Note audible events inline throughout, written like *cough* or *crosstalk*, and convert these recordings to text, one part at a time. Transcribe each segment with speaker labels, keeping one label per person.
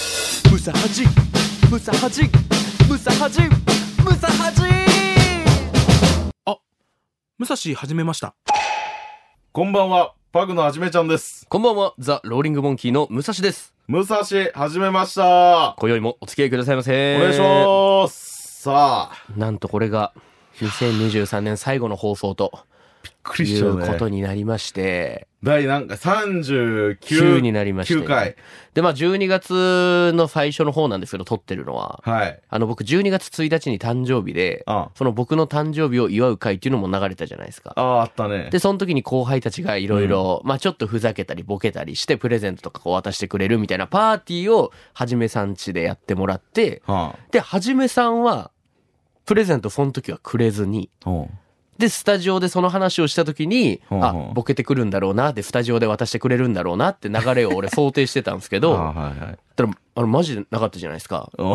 Speaker 1: サハジムサハジムサハジムサハジ
Speaker 2: 武蔵始めました。
Speaker 3: こんばんは、パグのはじめちゃんです。
Speaker 4: こんばんは、ザ・ローリング・モンキーの武蔵です。
Speaker 3: 武蔵、はじめました。
Speaker 4: 今宵もお付き合いくださいませ。
Speaker 3: お願いします。さあ、
Speaker 4: す。なんとこれが、2023年最後の放送と
Speaker 3: ク
Speaker 4: いうことになりまして、
Speaker 3: 第なんか39
Speaker 4: 9になりまして
Speaker 3: 9回。
Speaker 4: で、まあ12月の最初の方なんですけど、撮ってるのは、
Speaker 3: はい。
Speaker 4: あの僕12月1日に誕生日で、
Speaker 3: あ
Speaker 4: その僕の誕生日を祝う会っていうのも流れたじゃないですか
Speaker 3: あ、。あったね。
Speaker 4: で、その時に後輩たちがいろいろ、まあちょっとふざけたりボケたりしてプレゼントとかこう渡してくれるみたいなパーティーをはじめさん家でやってもらって、
Speaker 3: は
Speaker 4: で、はじめさんは、プレゼントその時はくれずに、
Speaker 3: あ、うん
Speaker 4: で、スタジオでその話をした時に、
Speaker 3: ほうほう
Speaker 4: あ、ボケてくるんだろうな、で、スタジオで渡してくれるんだろうなって流れを俺想定してたんですけ
Speaker 3: あ
Speaker 4: ど、
Speaker 3: あ *laughs* はいはい
Speaker 4: たら、あの、マジでなかったじゃないですか。
Speaker 3: うん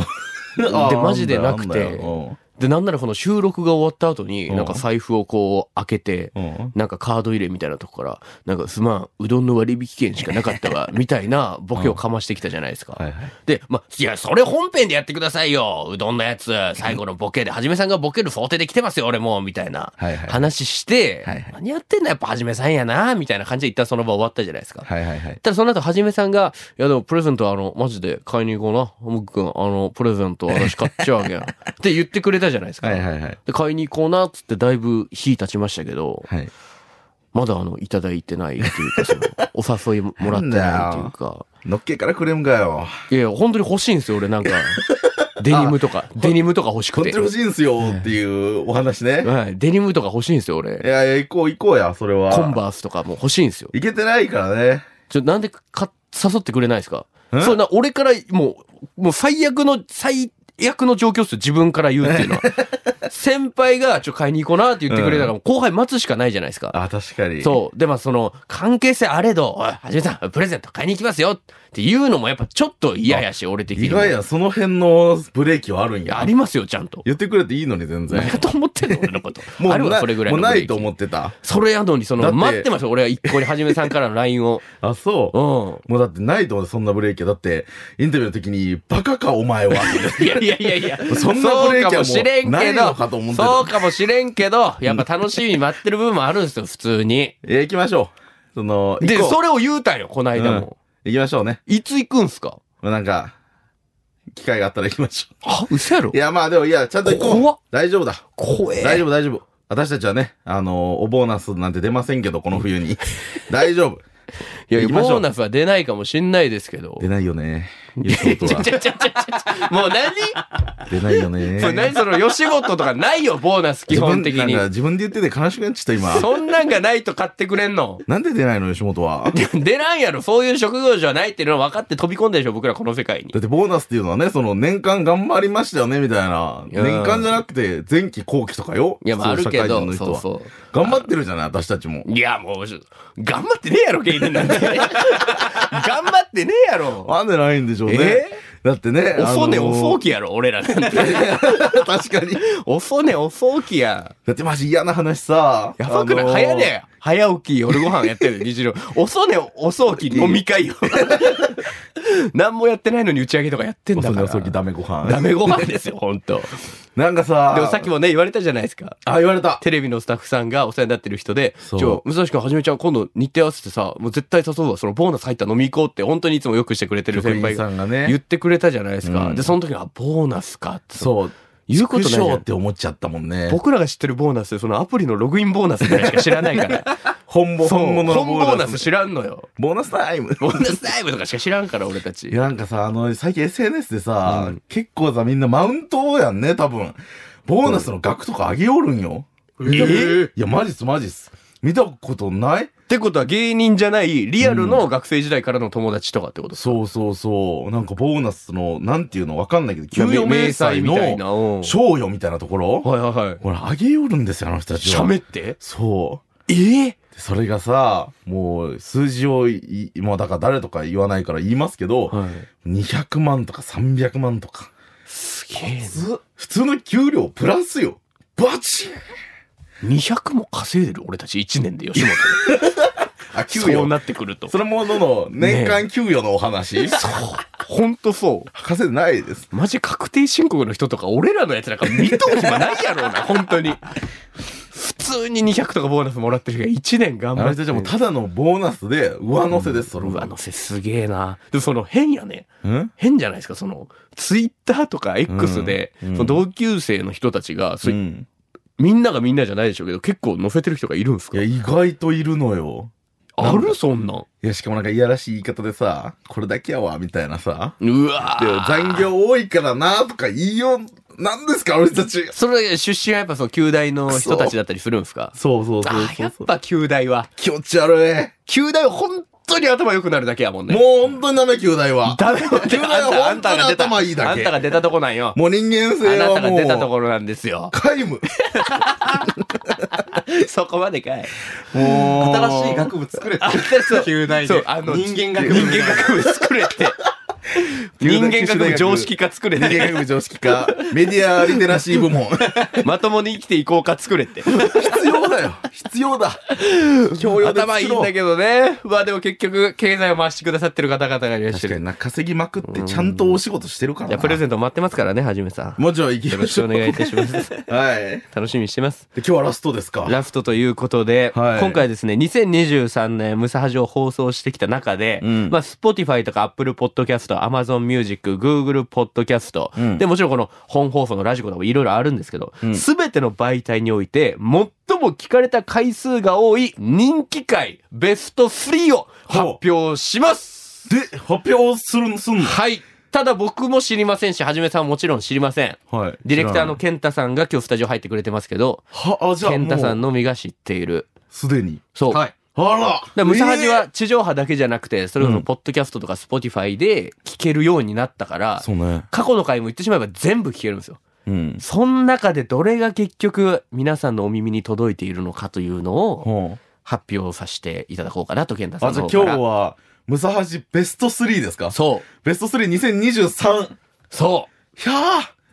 Speaker 3: ああ
Speaker 4: でマジでなくて
Speaker 3: んだよ
Speaker 4: で、なんならこの収録が終わった後に、
Speaker 3: うん
Speaker 4: なんか財布をこう開けて、
Speaker 3: うんうん
Speaker 4: なんかカード入れみたいなとこから、なんかすまん、うどんの割引券しかなかった
Speaker 3: *laughs*
Speaker 4: わ、みたいなボケをかましてきたじゃないですか。
Speaker 3: はいはい。
Speaker 4: で、ま、いや、それ本編でやってくださいようどんのやつ、最後のボケで、はじめさんがボケる想定で来てますよ、俺もうみたいな
Speaker 3: はいはい
Speaker 4: 話して、
Speaker 3: はいはい
Speaker 4: 何やってんのやっぱはじめさんやなみたいな感じで一旦その場終わったじゃないですか。
Speaker 3: はいはいはい。
Speaker 4: ただその後、はじめさんが、いやでもプレゼントはあの、マジで買いに行こうな。ムック君、あの、プレゼント私買っちゃうわけや。
Speaker 3: *laughs*
Speaker 4: って言ってくれたじゃないですか。
Speaker 3: はいはいはい。
Speaker 4: で、買いに行こうな、っつってだいぶ日経ちましたけど、
Speaker 3: はい。
Speaker 4: まだあの、いただいてないっていうか、その、お誘いもらって *laughs* ないっていうか。
Speaker 3: のっけからクレームかよ。
Speaker 4: いやいや、本当に欲しいんですよ、俺 *laughs* なんか。デニムとか、デニムとか欲しく
Speaker 3: 本当
Speaker 4: て
Speaker 3: に。欲しいんすよっていうお話ね。
Speaker 4: はい、デニムとか欲しいんですよ、
Speaker 3: い
Speaker 4: 俺。
Speaker 3: やいや、行こう行こうや、それは。
Speaker 4: コンバースとかも欲しいんですよ。
Speaker 3: 行けてないからね。
Speaker 4: ちょ、なんでか、誘ってくれないですか
Speaker 3: ん
Speaker 4: そうな、俺から、もう、もう最悪の、最悪の状況っすよ、自分から言うっていうのは。 *laughs* 先輩が、ちょ、買いに行こうなって言ってくれたから、もう後輩待つしかないじゃないですか。
Speaker 3: あ、確かに。
Speaker 4: そう。で、まあ、その、関係性あれど、おい、はじめさん、プレゼント買いに行きますよっていうのも、やっぱちょっと嫌やし、俺的に
Speaker 3: 意
Speaker 4: も。
Speaker 3: 外や、その辺のブレーキはあるん
Speaker 4: いや
Speaker 3: や。
Speaker 4: ありますよ、ちゃんと。
Speaker 3: 言ってくれていいのに全然
Speaker 4: 何。やと思ってんの俺のこと。
Speaker 3: *laughs* も
Speaker 4: ある
Speaker 3: う
Speaker 4: わ、
Speaker 3: な
Speaker 4: それぐらい
Speaker 3: も
Speaker 4: の
Speaker 3: う
Speaker 4: ブレー
Speaker 3: な
Speaker 4: キ。
Speaker 3: いと思ってた。
Speaker 4: それやのに、そ
Speaker 3: だっ
Speaker 4: の、
Speaker 3: て
Speaker 4: 待ってました。俺は一個にはじめさんからの LINE
Speaker 3: *laughs*
Speaker 4: を。
Speaker 3: あ、そう。
Speaker 4: う
Speaker 3: もうだってないと思う、そんなブレーキは。だって、インタビューの時に、バカかお
Speaker 4: *laughs*
Speaker 3: 前は。、
Speaker 4: ん。いやいやいやいや
Speaker 3: そんなブレーキはもう
Speaker 4: そうかもしれん
Speaker 3: な
Speaker 4: け
Speaker 3: いの
Speaker 4: ど、
Speaker 3: かと思ってた
Speaker 4: そうかもしれんけど、やっぱ楽しみに待ってる部分もあるんですよ、普通に。
Speaker 3: え、行きましょう。その、
Speaker 4: で、
Speaker 3: 行こう
Speaker 4: それを言うたんよ、この間も。
Speaker 3: 行きましょうね。
Speaker 4: いつ行くんすか
Speaker 3: まあなんか、機会があったら行きまし
Speaker 4: *laughs*
Speaker 3: ょ
Speaker 4: あ、嘘やろ
Speaker 3: う。いや、まあでも、いや、ちゃんと行こう。
Speaker 4: 怖っ
Speaker 3: 大丈夫だ。
Speaker 4: 怖え。
Speaker 3: 大丈夫、大丈夫。私たちはね、あのおボーナスなんて出ませんけど、この
Speaker 4: *laughs*
Speaker 3: 冬に。大丈夫。
Speaker 4: いや、
Speaker 3: 行きましょう
Speaker 4: ボーナスは出ないかもしんないですけど
Speaker 3: 出。ない
Speaker 4: *laughs*
Speaker 3: よね。言うことは
Speaker 4: ち。ゃちゃちゃちゃもう何
Speaker 3: 出ないよ
Speaker 4: それ
Speaker 3: ね。
Speaker 4: 何その、吉事とかないよ、ボーナス、基
Speaker 3: 自分
Speaker 4: 本的
Speaker 3: なん
Speaker 4: に
Speaker 3: か。自分で言ってて悲しくなっちゃった、今。
Speaker 4: そんなんがないと買ってくれんの。 *laughs*
Speaker 3: なんで出ないの、吉本は。
Speaker 4: 出らんやろ、そういう職業じゃないっていうの分かって飛び込んでるでしょ、僕らこの世界に
Speaker 3: だ。ってボーナスっていうのはね、その年間頑張りましたよね、みたいな。
Speaker 4: いや
Speaker 3: 年間じゃなくて、前期後期とかよ。
Speaker 4: いや、まああ
Speaker 3: 普
Speaker 4: る
Speaker 3: 通
Speaker 4: け
Speaker 3: 社会
Speaker 4: ど
Speaker 3: 人の、人
Speaker 4: そう
Speaker 3: は
Speaker 4: そ
Speaker 3: 頑張ってるじゃない、私たちも。
Speaker 4: う。いや、もう、頑張ってねえやろ、芸人なん
Speaker 3: *laughs*
Speaker 4: て。頑張ってねえやろ。
Speaker 3: なんでないんでしょうね。
Speaker 4: え
Speaker 3: だってね。
Speaker 4: 遅ね、
Speaker 3: あのー
Speaker 4: 遅起きやろ、俺らなんて。
Speaker 3: *laughs* 確かに。
Speaker 4: 遅ね、遅起きや。
Speaker 3: だってマジ嫌な話さ。
Speaker 4: やばくない、
Speaker 3: あのー
Speaker 4: 早ね。早起き、夜ご飯やってる、虹郎。遅ね、遅起き、飲み
Speaker 3: *laughs*
Speaker 4: 会よ。何もやってないのに打ち上げとかやってんだ
Speaker 3: 遅
Speaker 4: か
Speaker 3: 寝
Speaker 4: ら。
Speaker 3: 遅きダメご飯。
Speaker 4: ダメご飯ですよ、ほんと。
Speaker 3: なんかさ。
Speaker 4: でもさっきもね、言われたじゃないですか。
Speaker 3: あ、言われた。
Speaker 4: テレビのスタッフさんがお世話になってる人で、
Speaker 3: そう
Speaker 4: じゃあ、武蔵君はじめちゃん今度日程合わせてさ、もう絶対誘うわ、そのボーナス入ったら飲み行こうって、本当にいつもよくしてくれてる
Speaker 3: 職
Speaker 4: 先
Speaker 3: 員
Speaker 4: 輩
Speaker 3: さ
Speaker 4: が
Speaker 3: んが
Speaker 4: 言っ
Speaker 3: ね。
Speaker 4: てくれたじゃないですか。
Speaker 3: うん
Speaker 4: で、その時に、あ、ボーナスかって。
Speaker 3: そう。
Speaker 4: 言うことないじゃん
Speaker 3: 縮小って思っちゃったもんね。
Speaker 4: 僕らが知ってるボーナス、そのアプリのログインボーナスぐらいし *laughs* か知らないから。
Speaker 3: 本物、
Speaker 4: そう
Speaker 3: 本物の
Speaker 4: 本ボ
Speaker 3: ボ
Speaker 4: ー
Speaker 3: ー
Speaker 4: ナ
Speaker 3: ナ
Speaker 4: ス
Speaker 3: ス。
Speaker 4: 知らんのよ。
Speaker 3: ボーナスタイム。
Speaker 4: ボーナスタイムとかしか知らんから、俺たち。
Speaker 3: いやなんかさ、あの、最近 SNS でさ、結構さ、みんなマウントやんね、多分。ボーナスの額とか上げおるんよ。え
Speaker 4: ー
Speaker 3: いや、マジっす、マジっす。見たことない
Speaker 4: ってことは芸人じゃない、リアルの学生時代からの友達とかってこと
Speaker 3: そうそうそう。なんかボーナスの、なんていうのわかんないけど、給与
Speaker 4: め
Speaker 3: 明
Speaker 4: 明細
Speaker 3: 細
Speaker 4: みたいなう
Speaker 3: の、
Speaker 4: ん
Speaker 3: 賞与みたいなところ
Speaker 4: はいはいはい。
Speaker 3: これ上げおるんですよ、あの人たちは。
Speaker 4: 喋って
Speaker 3: そう。
Speaker 4: えー
Speaker 3: でそれがさ、もう数字をい、もうだから誰とか言わないから言いますけど、
Speaker 4: はい
Speaker 3: 200万とか300万とか。
Speaker 4: すげえな。
Speaker 3: 普通の給料プラスよ。バチン
Speaker 4: 200も稼いでる俺たち1年で吉本
Speaker 3: あ、給
Speaker 4: そう
Speaker 3: 与。
Speaker 4: なってくると
Speaker 3: それものの年間給与のお話。そう。
Speaker 4: ほんとそう。
Speaker 3: 博士ないです。
Speaker 4: マジ確定申告の人とか、俺らのやつなんか見とう暇ないやろ *laughs* うな、本当に。普通に200とかボーナスもらってるけど、1年頑張
Speaker 3: あの
Speaker 4: っ
Speaker 3: 人
Speaker 4: て
Speaker 3: たちもただのボーナスで上乗せです、それ
Speaker 4: うわ、
Speaker 3: は。
Speaker 4: のせすげえな。でもその変やね。
Speaker 3: うん
Speaker 4: 変じゃないですか、その、ツイッターとか X で、
Speaker 3: うんうん。
Speaker 4: その同級生の人たちが、そううんみんながみんなじゃないでしょうけど、結構載せてる人がいるんです
Speaker 3: い
Speaker 4: か
Speaker 3: や、意外といるのよ。
Speaker 4: あるそんなん。
Speaker 3: いや、しかもなんかいやらしい言い方でさ、これだけやわ、みたいなさ。
Speaker 4: うわ
Speaker 3: で
Speaker 4: ー
Speaker 3: 残業多いからな、とか言いよう、なんですか、俺たち。
Speaker 4: それ出身はやっぱその、旧大の人たちだったりするんですか
Speaker 3: そうそう
Speaker 4: あーやっぱ旧大は。
Speaker 3: 気持ち悪い。
Speaker 4: 旧大は本当に頭良くなるだけやもんね。
Speaker 3: もう本当にダメ、兄弟は。
Speaker 4: ダメだ
Speaker 3: 旧大は
Speaker 4: あんたあんたが出た。
Speaker 3: 本当に頭いいだけ
Speaker 4: あんたが出たとこなんよ。
Speaker 3: もう人間
Speaker 4: あ
Speaker 3: 性
Speaker 4: なた
Speaker 3: は
Speaker 4: が出たと
Speaker 3: もう、
Speaker 4: ころなんですよ。
Speaker 3: 皆無。
Speaker 4: そこまでかい。
Speaker 3: もう。
Speaker 5: 新しい学部作れって
Speaker 4: あんたそう
Speaker 5: 旧大
Speaker 4: そう
Speaker 5: で
Speaker 4: あの
Speaker 5: 人間学部
Speaker 4: 人間学部作れって。人間学部常識化作れ
Speaker 3: 人
Speaker 4: て。
Speaker 3: 間学部常識化、メディアリテラシー部門。
Speaker 4: まともに生きていこうか作れ
Speaker 3: *laughs*
Speaker 4: って。
Speaker 3: 必要だよ。必要だ。教養で
Speaker 4: 頭いいんだ
Speaker 3: け
Speaker 4: けどね。まあでも結局、経済を回してくださってる方々がいらっし
Speaker 3: 確
Speaker 4: ゃ
Speaker 3: か
Speaker 4: る。
Speaker 3: にな、稼ぎまくってちゃんとお仕事してるから
Speaker 4: じゃ
Speaker 3: な。
Speaker 4: あプレゼント待ってますからね、はじめさん。よ
Speaker 3: もちろん行きま
Speaker 4: ろし
Speaker 3: し
Speaker 4: く
Speaker 3: ょ
Speaker 4: お
Speaker 3: う。
Speaker 4: 願いいたし
Speaker 3: *laughs*
Speaker 4: ます。
Speaker 3: はい。で
Speaker 4: 楽しみにしてます。
Speaker 3: 今日はラストですか。
Speaker 4: ラフトということで、
Speaker 3: はい
Speaker 4: 今回ですね、2023年ムサハジを放送してきた中で、
Speaker 3: うん
Speaker 4: まあ、Spotify とか Apple Podcast、Amazon Music、Google Podcast、
Speaker 3: うん
Speaker 4: で、もちろんこの本放送のラジコとかもいろいろあるんですけど、
Speaker 3: ん
Speaker 4: すべ、ての媒体において、最も聞かれた回数が多い人気回、ベスト3を発表します
Speaker 3: で、発表する、すんの
Speaker 4: はい。ただ僕も知りませんし、はじめさんももちろん知りません。
Speaker 3: はい。
Speaker 4: ディレクターの健太さんが今日スタジオ入ってくれてますけど、
Speaker 3: は、あ、じゃあ
Speaker 4: 健
Speaker 3: も
Speaker 4: 太さん
Speaker 3: う、
Speaker 4: のみが知っている。
Speaker 3: すでに。
Speaker 4: そう。
Speaker 5: はい
Speaker 3: あら
Speaker 4: だからムサハジ
Speaker 3: え
Speaker 4: は地上波だけじゃなくて、それこ
Speaker 3: う
Speaker 4: そ
Speaker 3: ん
Speaker 4: ポッドキャストとかスポティファイで聞けるようになったから
Speaker 3: ー、そうね。
Speaker 4: 過去の回も言ってしまえば全部聞けるんですよ。
Speaker 3: うん。
Speaker 4: その中でどれが結局皆さんのお耳に届いているのかというのを
Speaker 3: ほ
Speaker 4: 発表させていただこうかなと、健太
Speaker 3: う
Speaker 4: さ
Speaker 3: あ、
Speaker 4: ん
Speaker 3: じゃ
Speaker 4: の方
Speaker 3: あ
Speaker 4: から。
Speaker 3: 今日は、ムサハジベスト3ですか
Speaker 4: そう。
Speaker 3: ベスト32023。
Speaker 4: そう。
Speaker 3: ひゃー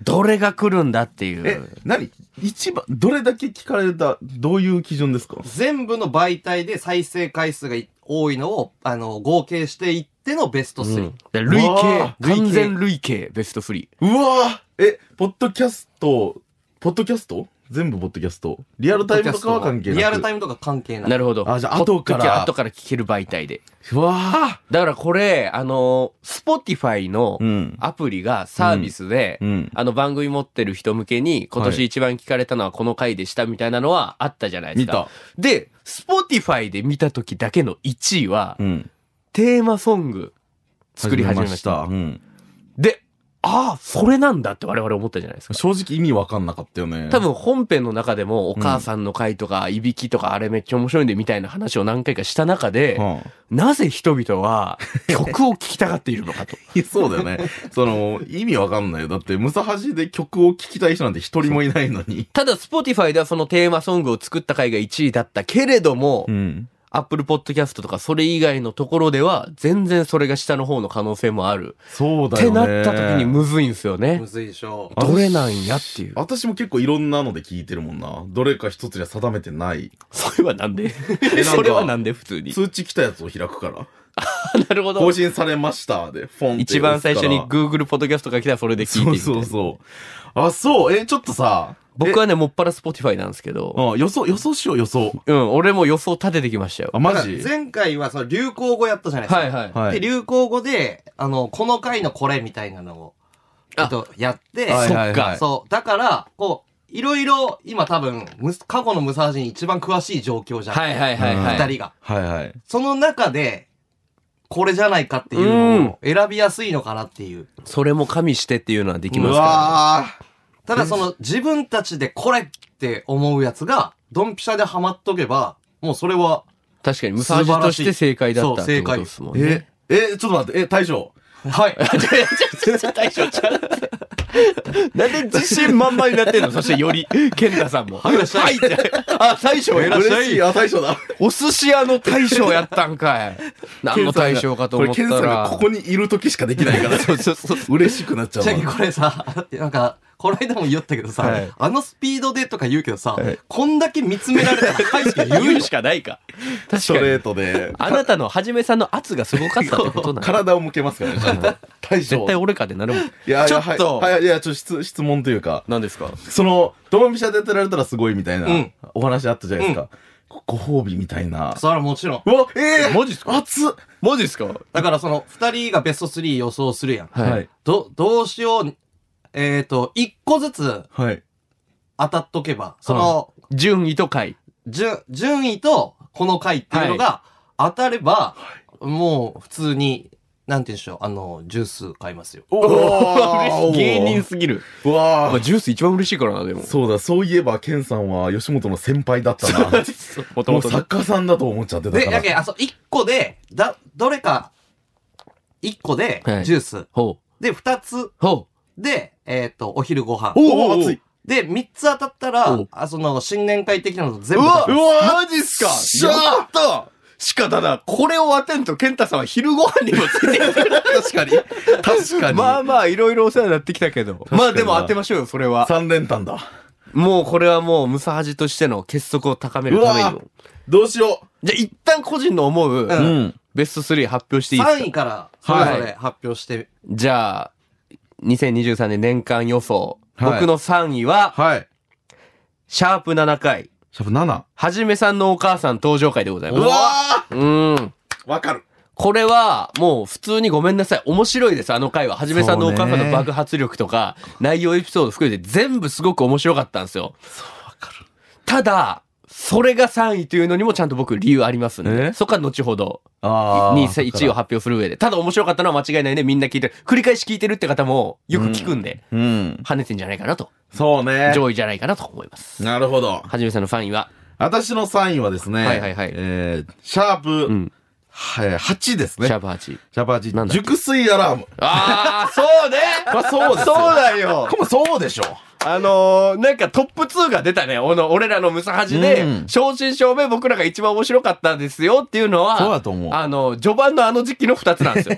Speaker 4: どれが来るんだってい
Speaker 3: え
Speaker 4: う。、
Speaker 3: 何一番、どれだけ聞かれた、どういう基準ですか
Speaker 5: 全部の媒体で再生回数が多いのを、あの、合計していってのベスト
Speaker 4: う
Speaker 5: 3。
Speaker 4: ん、で累
Speaker 3: う
Speaker 4: 計
Speaker 3: わ、ー
Speaker 4: 完全累計、ベスト3。
Speaker 3: うわーえ、ポッドキャスト、ポッドキャスト全部ポッドキャストリアルタイムとかは関係ない。
Speaker 5: リアルタ
Speaker 3: イ
Speaker 5: イムとか関係ない。
Speaker 4: なるほど。
Speaker 3: あじゃあ後から
Speaker 4: ポッドキャ後から聞ける媒体で。
Speaker 3: ム。うわ
Speaker 4: だからこれ、あの、スポティファイの
Speaker 3: ーん。
Speaker 4: アプリがサービスで、
Speaker 3: うん。
Speaker 4: あの番組持ってる人向けに今年一番聞かれたのはこの回でしたみたいなのはあったじゃないです
Speaker 3: 見
Speaker 4: か。
Speaker 3: た。
Speaker 4: で、Spotify で見た時だけの1位は、
Speaker 3: うん。
Speaker 4: テーマソング作り始めました。
Speaker 3: うん。
Speaker 4: で、ああ、それなんだって我々思ったじゃないですか。
Speaker 3: 正直意味わかんなかったよね。
Speaker 4: 多分本編の中でもお母さんの回とかいびきとかあれめっちゃ面白いんでみたいな話を何回かした中で、
Speaker 3: うん。
Speaker 4: なぜ人々は曲を聴きたがっているのかと。
Speaker 3: いやそうだよね。 *laughs* その、意味わかんないよ。だって、ムサハジで曲を聴きたい人なんて一人もいないのに。
Speaker 4: ただ Spotify ではそのテーマソングを作った回が1位だったけれども、
Speaker 3: ん。
Speaker 4: アップルポッドキャストとかそれ以外のところでは全然それが下の方の可能性もある。
Speaker 3: そう
Speaker 4: っ
Speaker 3: だ
Speaker 4: て
Speaker 3: よね。
Speaker 4: なった時にむずいんすよね
Speaker 5: む。ずいでしょ。
Speaker 4: どれなんやっていう。
Speaker 3: 私も結構いろんなので聞いてるもんな。どれか一つには定めてない。
Speaker 4: それはなんで
Speaker 3: え
Speaker 4: それは
Speaker 3: な
Speaker 4: なん
Speaker 3: か
Speaker 4: んで普通に。
Speaker 3: 通知来たやつを開くから。
Speaker 4: *laughs* なるほど
Speaker 3: 更。新されましたで、フォンって
Speaker 4: 一番最初に
Speaker 3: 押すか
Speaker 4: Google ポッドキャストが来たらそれで聞いて
Speaker 3: ら
Speaker 4: み
Speaker 3: そうそう
Speaker 4: て。
Speaker 3: そう。あ、そう。え、ちょっとさ。
Speaker 4: 僕はね、もっぱら Spotify なんですけど、
Speaker 3: え、うん、予想、予想しよう、予想。
Speaker 4: うん、俺も予想立ててきましたよ
Speaker 3: あ、。マジ
Speaker 5: だから前回はその流行語やったじゃないですか。
Speaker 4: はいはい。
Speaker 3: は
Speaker 5: で、
Speaker 3: い。
Speaker 5: 流行語で、あの、この回のこれみたいなのを、
Speaker 4: あ
Speaker 5: えっと、やって、
Speaker 3: はい
Speaker 4: そ
Speaker 3: は
Speaker 4: っ
Speaker 3: い
Speaker 4: か
Speaker 3: はい
Speaker 5: そう。だから、こう、いろいろ、今多分、む過去のムサージに一番詳しい状況じゃん。
Speaker 4: はいはいはいはい。
Speaker 5: 二人が。
Speaker 3: はいはい。
Speaker 5: その中で、これじゃないかっていうのを選びやすいのかなっていう。
Speaker 4: それも加味してっていうのはでき
Speaker 3: う
Speaker 4: ますか
Speaker 3: わ
Speaker 5: ただその自分たちでこれって思うやつが、ドンピシャでハマっとけば、もうそれは、
Speaker 4: ら。確かに、ムサージとして正解だった
Speaker 5: そう
Speaker 4: って
Speaker 5: 正
Speaker 4: こと
Speaker 5: 解
Speaker 4: ですもん
Speaker 3: ー
Speaker 4: ね。
Speaker 3: え、え、ちょっと待って、え、大将。
Speaker 5: *laughs* はい。
Speaker 4: 大 *laughs* 将ちゃんなんで自信満々になってんのそしてより、健太さんも。はい、いらっしゃい。あ、大将いらっしゃ
Speaker 3: 嬉し
Speaker 4: い
Speaker 3: い。。あ、大将だ。
Speaker 4: お寿司屋の大将やったんかい。何の大将かと思った
Speaker 3: これ、ケンさんが
Speaker 4: ら
Speaker 3: こ。こにいる時しかできないから。
Speaker 4: *laughs* そうそうそう。
Speaker 3: 嬉しくなっちゃう
Speaker 5: ちな
Speaker 3: な
Speaker 5: みにこれさ、なんか、この間も言ったけどさ、
Speaker 4: はい
Speaker 5: あのスピードでとか言うけどさ、こんだけ見つめられたら、はいしか言う
Speaker 4: 言
Speaker 5: よ
Speaker 4: うしかないか。
Speaker 3: ス
Speaker 4: 確
Speaker 3: ト
Speaker 4: か
Speaker 3: レ
Speaker 4: に。 *laughs*
Speaker 3: ートで。
Speaker 4: あなたのはじめさんの圧がすごかったってことなの
Speaker 3: 体を向けますからね。大将
Speaker 4: 絶対俺かってなるもん。
Speaker 3: いやいや
Speaker 4: ちょっと
Speaker 3: はいはいいやちょっと質質問というか
Speaker 4: 何ですか
Speaker 3: そのドンピシャで当てられたらすごいみたいな、
Speaker 5: うん
Speaker 3: お話あったじゃないですか、ごご褒美みたいな
Speaker 5: それはもちろん。
Speaker 3: うわええ
Speaker 4: マジっすか
Speaker 3: 熱っ
Speaker 4: マジですか
Speaker 5: だからその、二人がベスト3予想するやん。
Speaker 4: はい。
Speaker 5: ど、どうしよう。えっ、と、一個ずつ
Speaker 3: はい
Speaker 5: 当たっとけば、その、
Speaker 4: 順位と回。
Speaker 5: 順、順位とこの回っていうのが当たれば、もう普通に、なんて言うんでしょう、あの、ジュース買いますよ。
Speaker 4: *laughs*
Speaker 3: おー
Speaker 4: 芸人すぎる。
Speaker 3: うわ
Speaker 4: まあ、
Speaker 3: ー
Speaker 4: ジュース一番嬉しいからな、でも。
Speaker 3: そうだそういえばケンさんは吉本の先輩
Speaker 4: *laughs*
Speaker 3: だったな
Speaker 4: もとも
Speaker 3: もう
Speaker 4: と。
Speaker 3: 作家さんだと思っちゃってた
Speaker 5: で、
Speaker 3: から
Speaker 5: やけん、あ、そう、一個で、だ、どれか、一個で
Speaker 4: は、い
Speaker 5: ジュース。
Speaker 4: ほ
Speaker 5: で、二つ
Speaker 4: う。ほ
Speaker 5: で、えっ、と、お昼ご飯。
Speaker 3: おお熱い
Speaker 5: で、三つ当たったら
Speaker 4: お、
Speaker 5: あ、その、新年会的なの全
Speaker 4: う。
Speaker 5: 部当たる。
Speaker 4: わマジっすか
Speaker 3: しゃー
Speaker 4: やったしかただ、これを当てんと、ケンタさんは昼ご飯にもついてる。
Speaker 3: 確かに確か
Speaker 4: *laughs*
Speaker 3: に、
Speaker 4: まあまあ、いろいろお世話になってきたけど。
Speaker 3: に
Speaker 4: まあでも当てましょうよ、それは。
Speaker 3: 三連単だ
Speaker 4: もうこれはもう、ムサハジとしての結束を高めるために
Speaker 3: うわ
Speaker 4: も。
Speaker 3: どうしよ
Speaker 4: じゃあ一旦個人の思う、
Speaker 3: う
Speaker 5: うん
Speaker 4: ベスト3発表していいです
Speaker 5: 3
Speaker 4: か
Speaker 5: 位から、それぞ
Speaker 4: は
Speaker 5: れ発表して、
Speaker 4: じゃあ、2023年年間予想。
Speaker 3: はい
Speaker 4: 僕の3位は、
Speaker 3: はい
Speaker 4: シャープ7回、
Speaker 3: シャープ7
Speaker 4: はじめさんのお母さん登場会でございます。
Speaker 3: わ
Speaker 4: うーん。
Speaker 3: ーわかる
Speaker 4: これは、もう普通にごめんなさい。面白いです、あの回は。はじめさんのお母さんの爆発力とか、内容エピソード含めて全部すごく面白かったんですよ。ただ、それが3位というのにもちゃんと僕理由ありますん
Speaker 3: え
Speaker 4: で。そこは後ほど、
Speaker 3: あ
Speaker 4: 2位、
Speaker 3: ー
Speaker 4: 1位を発表する上で。ただ面白かったのは間違いないね。みんな聞いてる。繰り返し聞いてるって方もよく聞くんで、
Speaker 3: うん
Speaker 4: 跳ねてんじゃないかなと。
Speaker 3: そうね
Speaker 4: 上位じゃないかなと思います。
Speaker 3: なるほど
Speaker 4: はじめさんの3位は、
Speaker 3: 私の3位はですね、
Speaker 4: はいはいはい
Speaker 3: えー、シャープ、
Speaker 4: うん
Speaker 3: はい、8です
Speaker 4: シ
Speaker 3: ね。
Speaker 4: ャ
Speaker 3: シャ
Speaker 4: ープ8。
Speaker 3: ープ8。
Speaker 4: なんだっけ
Speaker 3: 熟睡アラーム。
Speaker 4: ああ、そうね *laughs*
Speaker 3: まあそうです
Speaker 4: そうだよ
Speaker 3: これもそうでしょ。
Speaker 4: あのー、なんかトップ2が出たね。おの俺らのムサハジで、
Speaker 3: うん
Speaker 4: 正真正銘僕らが一番面白かったですよっていうのは、
Speaker 3: そうだと思う
Speaker 4: あの、序盤のあの時期の2つなん
Speaker 3: *laughs*
Speaker 4: ですよ。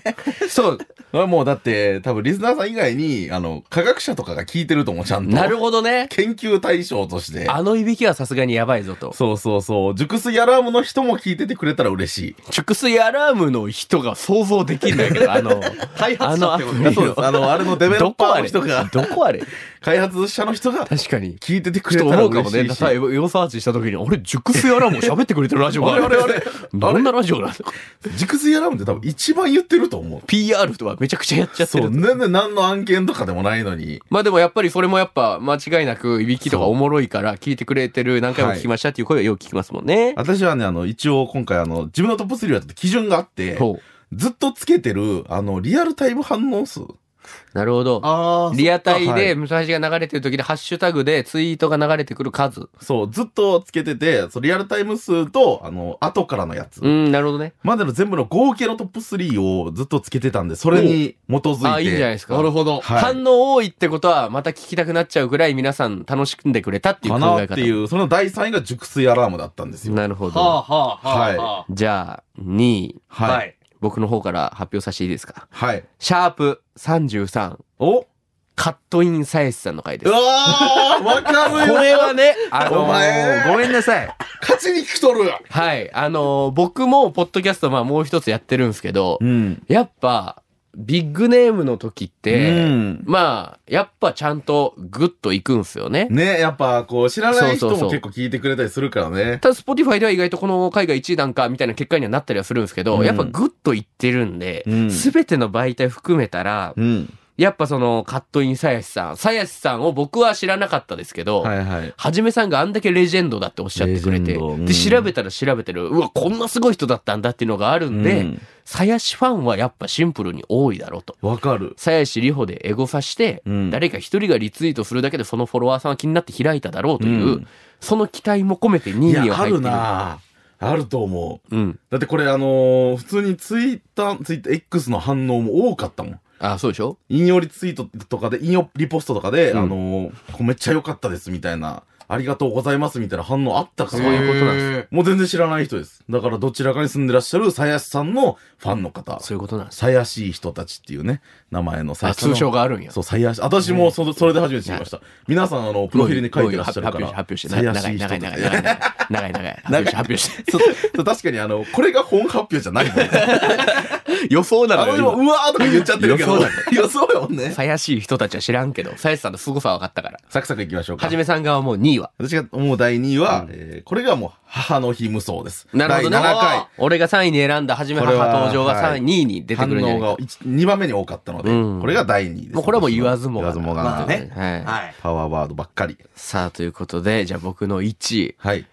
Speaker 4: そう。
Speaker 3: もうだって、多分リスナーさん以外に、あの、科学者とかが聞いてると思う、ちゃんと。
Speaker 4: なるほどね。
Speaker 3: 研究対象として。
Speaker 4: あのいびきはさすがにやばいぞと。
Speaker 3: そうそうそう。熟睡アラームの人も聞いててくれたら嬉しい。
Speaker 4: 熟睡アラームの人が想像できんだけど、あの、
Speaker 5: 開発者ってこと
Speaker 4: あ
Speaker 3: い
Speaker 4: の
Speaker 3: やそうです。あの、あれの *laughs* デベロッ
Speaker 4: ど
Speaker 3: パ
Speaker 4: こあ
Speaker 3: ーの
Speaker 4: れ
Speaker 3: 人が、 *laughs*
Speaker 4: どこあれ
Speaker 3: 開発者の人が
Speaker 4: 確かに。
Speaker 3: 聞いててく
Speaker 4: ち
Speaker 3: れ
Speaker 4: ょ
Speaker 3: た
Speaker 4: っと
Speaker 3: ら
Speaker 4: 思うかも
Speaker 3: 嬉し
Speaker 4: ね。
Speaker 3: い
Speaker 4: だ
Speaker 3: し。
Speaker 4: から、ヨサーチした時に、俺、熟睡アラームを喋ってくれてるラジオがある。
Speaker 3: あれあれあれ
Speaker 4: どんなラジオなんだ
Speaker 3: 熟睡アラームって多分一番言ってると思う。
Speaker 4: *laughs* ?PR とかめちゃくちゃやっちゃって
Speaker 3: そう、
Speaker 4: る。
Speaker 3: 全然何の案件とかでもないのに。
Speaker 4: まあでもやっぱりそれもやっぱ間違いなくいびきとかおもろいから聞いてくれてる何回も聞きましたっていう声はよく聞きますもんね。
Speaker 3: 私はね、あの、一応今回あの、自分のトップ3はちょっと基準があって、
Speaker 4: ほう。
Speaker 3: ずっとつけてる、あの、リアルタイム反応数。
Speaker 4: なるほど。
Speaker 5: あ
Speaker 4: リアタイ
Speaker 3: はい
Speaker 4: で、ムサハシが流れてる時で、ハッシュタグでツイートが流れてくる数。
Speaker 3: そう、ずっとつけてて、そうリアルタイム数と、あの、後からのやつ
Speaker 4: う。ん、なるほどね。
Speaker 3: までの全部の合計のトップ3をずっとつけてたんで、それに基づいて。
Speaker 4: ああ、いいんじゃないですか。
Speaker 5: なるほど。
Speaker 3: はい
Speaker 4: 反応多いってことは、また聞きたくなっちゃうぐらい皆さん楽しんでくれたっていう
Speaker 3: か
Speaker 4: 考
Speaker 3: な
Speaker 4: え
Speaker 3: っ
Speaker 4: 方。
Speaker 3: ていう、その第3位が熟睡アラームだったんですよ。
Speaker 4: なるほ
Speaker 5: は
Speaker 4: ど。
Speaker 5: あはあはあは
Speaker 4: じゃあ、2位、
Speaker 5: あ。
Speaker 3: はい。
Speaker 5: い。
Speaker 4: 僕の方から発表させていいですか。
Speaker 3: はい。
Speaker 4: シャープ33、
Speaker 3: お
Speaker 4: カットインサイスさんの回で
Speaker 3: う
Speaker 4: す。
Speaker 3: わーわかるよ
Speaker 4: これはね、あ
Speaker 3: お
Speaker 4: の
Speaker 3: 前
Speaker 4: ーごめんなさい。
Speaker 3: 勝ちに聞きとる
Speaker 4: はい。あのー僕も、ポッドキャスト、まあ、もう一つやってるんですけど、
Speaker 3: うん。
Speaker 4: やっぱ、ビッグネームの時って、
Speaker 3: うん
Speaker 4: まあ、やっぱちゃんとグッといくんすよね。 *laughs*
Speaker 3: ね、やっぱこう、知らない
Speaker 4: そ
Speaker 3: 人
Speaker 4: うそうそ
Speaker 3: も
Speaker 4: う
Speaker 3: 結構聞いてくれたりするからね。
Speaker 4: ただ、スポティファイでは意外とこの海外1位なんか、みたいな結果にはなったりはするんですけど、
Speaker 3: うん
Speaker 4: やっぱグッといってるんで
Speaker 3: う、ん
Speaker 4: す、べ、ての媒体含めたら、
Speaker 3: うん。
Speaker 4: やっぱその、カットインさやしさん、さやしさんを僕は知らなかったですけど、
Speaker 3: はいはい。
Speaker 4: はじめさんがあんだけレジェンドだっておっしゃってくれ
Speaker 3: レ
Speaker 4: て、
Speaker 3: ジェンドうん
Speaker 4: で、調べたら調べてる、うわ、こんなすごい人だったんだっていうのがあるんで、
Speaker 3: うん
Speaker 4: さやしファンはやっぱシンプルに多いだろうと。
Speaker 3: わかる。
Speaker 4: さやしりほでエゴサして、
Speaker 3: うん
Speaker 4: 誰か一人がリツイートするだけでそのフォロワーさんは気になって開いただろうという、
Speaker 3: うん
Speaker 4: その期待も込めて2
Speaker 3: い
Speaker 4: 位には
Speaker 3: や、あ
Speaker 4: 入って
Speaker 3: る
Speaker 4: る。
Speaker 3: なあると思う。
Speaker 4: うん。
Speaker 3: だってこれあのー普通にツイッター、ツイッター X の反応も多かったもん。
Speaker 4: あ、そうでしょ
Speaker 3: 引用リツイートとかで、引用リポストとかで、
Speaker 4: うん
Speaker 3: あのーここめっちゃ良かったですみたいなありがとうございますみたいな反応あったか
Speaker 4: そう
Speaker 3: ら、
Speaker 4: いうことなんです
Speaker 5: へー
Speaker 3: もう全然知らない人です。だからどちらかに住んでらっしゃる鞘師さんのファンの方、
Speaker 4: そういうことなんです
Speaker 3: 鞘師人たちっていうね、名前の鞘
Speaker 4: あ
Speaker 3: 師さ
Speaker 4: 通
Speaker 3: んの
Speaker 4: 称があるんや
Speaker 3: そう、最悪。私もそ,、それで初めて知りました。皆さん、あの、プロフィールに書いてらっしゃるから。
Speaker 4: 発表して
Speaker 3: 最悪
Speaker 4: 長い長い長い長い
Speaker 3: 人とかね
Speaker 4: 長い長い
Speaker 3: *laughs*
Speaker 4: 長い発表して
Speaker 3: そうそう確かに、あの、これが本発表じゃないもんね。
Speaker 4: 予想な
Speaker 3: *laughs* あ
Speaker 4: の
Speaker 3: の、
Speaker 4: よ
Speaker 3: 今、うわーとか言っちゃってるけど
Speaker 4: 予想だ。
Speaker 3: 予想よね。
Speaker 4: さやしい人たちは知らんけどさやしさんの凄さは分かったから
Speaker 3: サクサクいきましょうか。
Speaker 4: はじめさん側もう2位は
Speaker 3: 私が思う第2位は、えーこれがもう、母の日無双です。
Speaker 4: なるほどね
Speaker 3: 第7回。
Speaker 4: 俺が3位に選んだはじめ母
Speaker 3: これは
Speaker 4: 登場が
Speaker 3: は
Speaker 4: 3位
Speaker 3: い
Speaker 4: 2位に出て
Speaker 3: 反
Speaker 4: くるんじゃ
Speaker 3: 応
Speaker 4: ないか
Speaker 3: が2番目に多かったので、
Speaker 4: うん
Speaker 3: これが第2位です。
Speaker 4: もうこれはもう言わずもが
Speaker 3: 言わずもが
Speaker 5: まあ
Speaker 3: な
Speaker 5: ね
Speaker 4: はい
Speaker 5: はい。
Speaker 3: パワーワードばっかり。
Speaker 4: さあということでじゃあ僕の1位
Speaker 3: はい。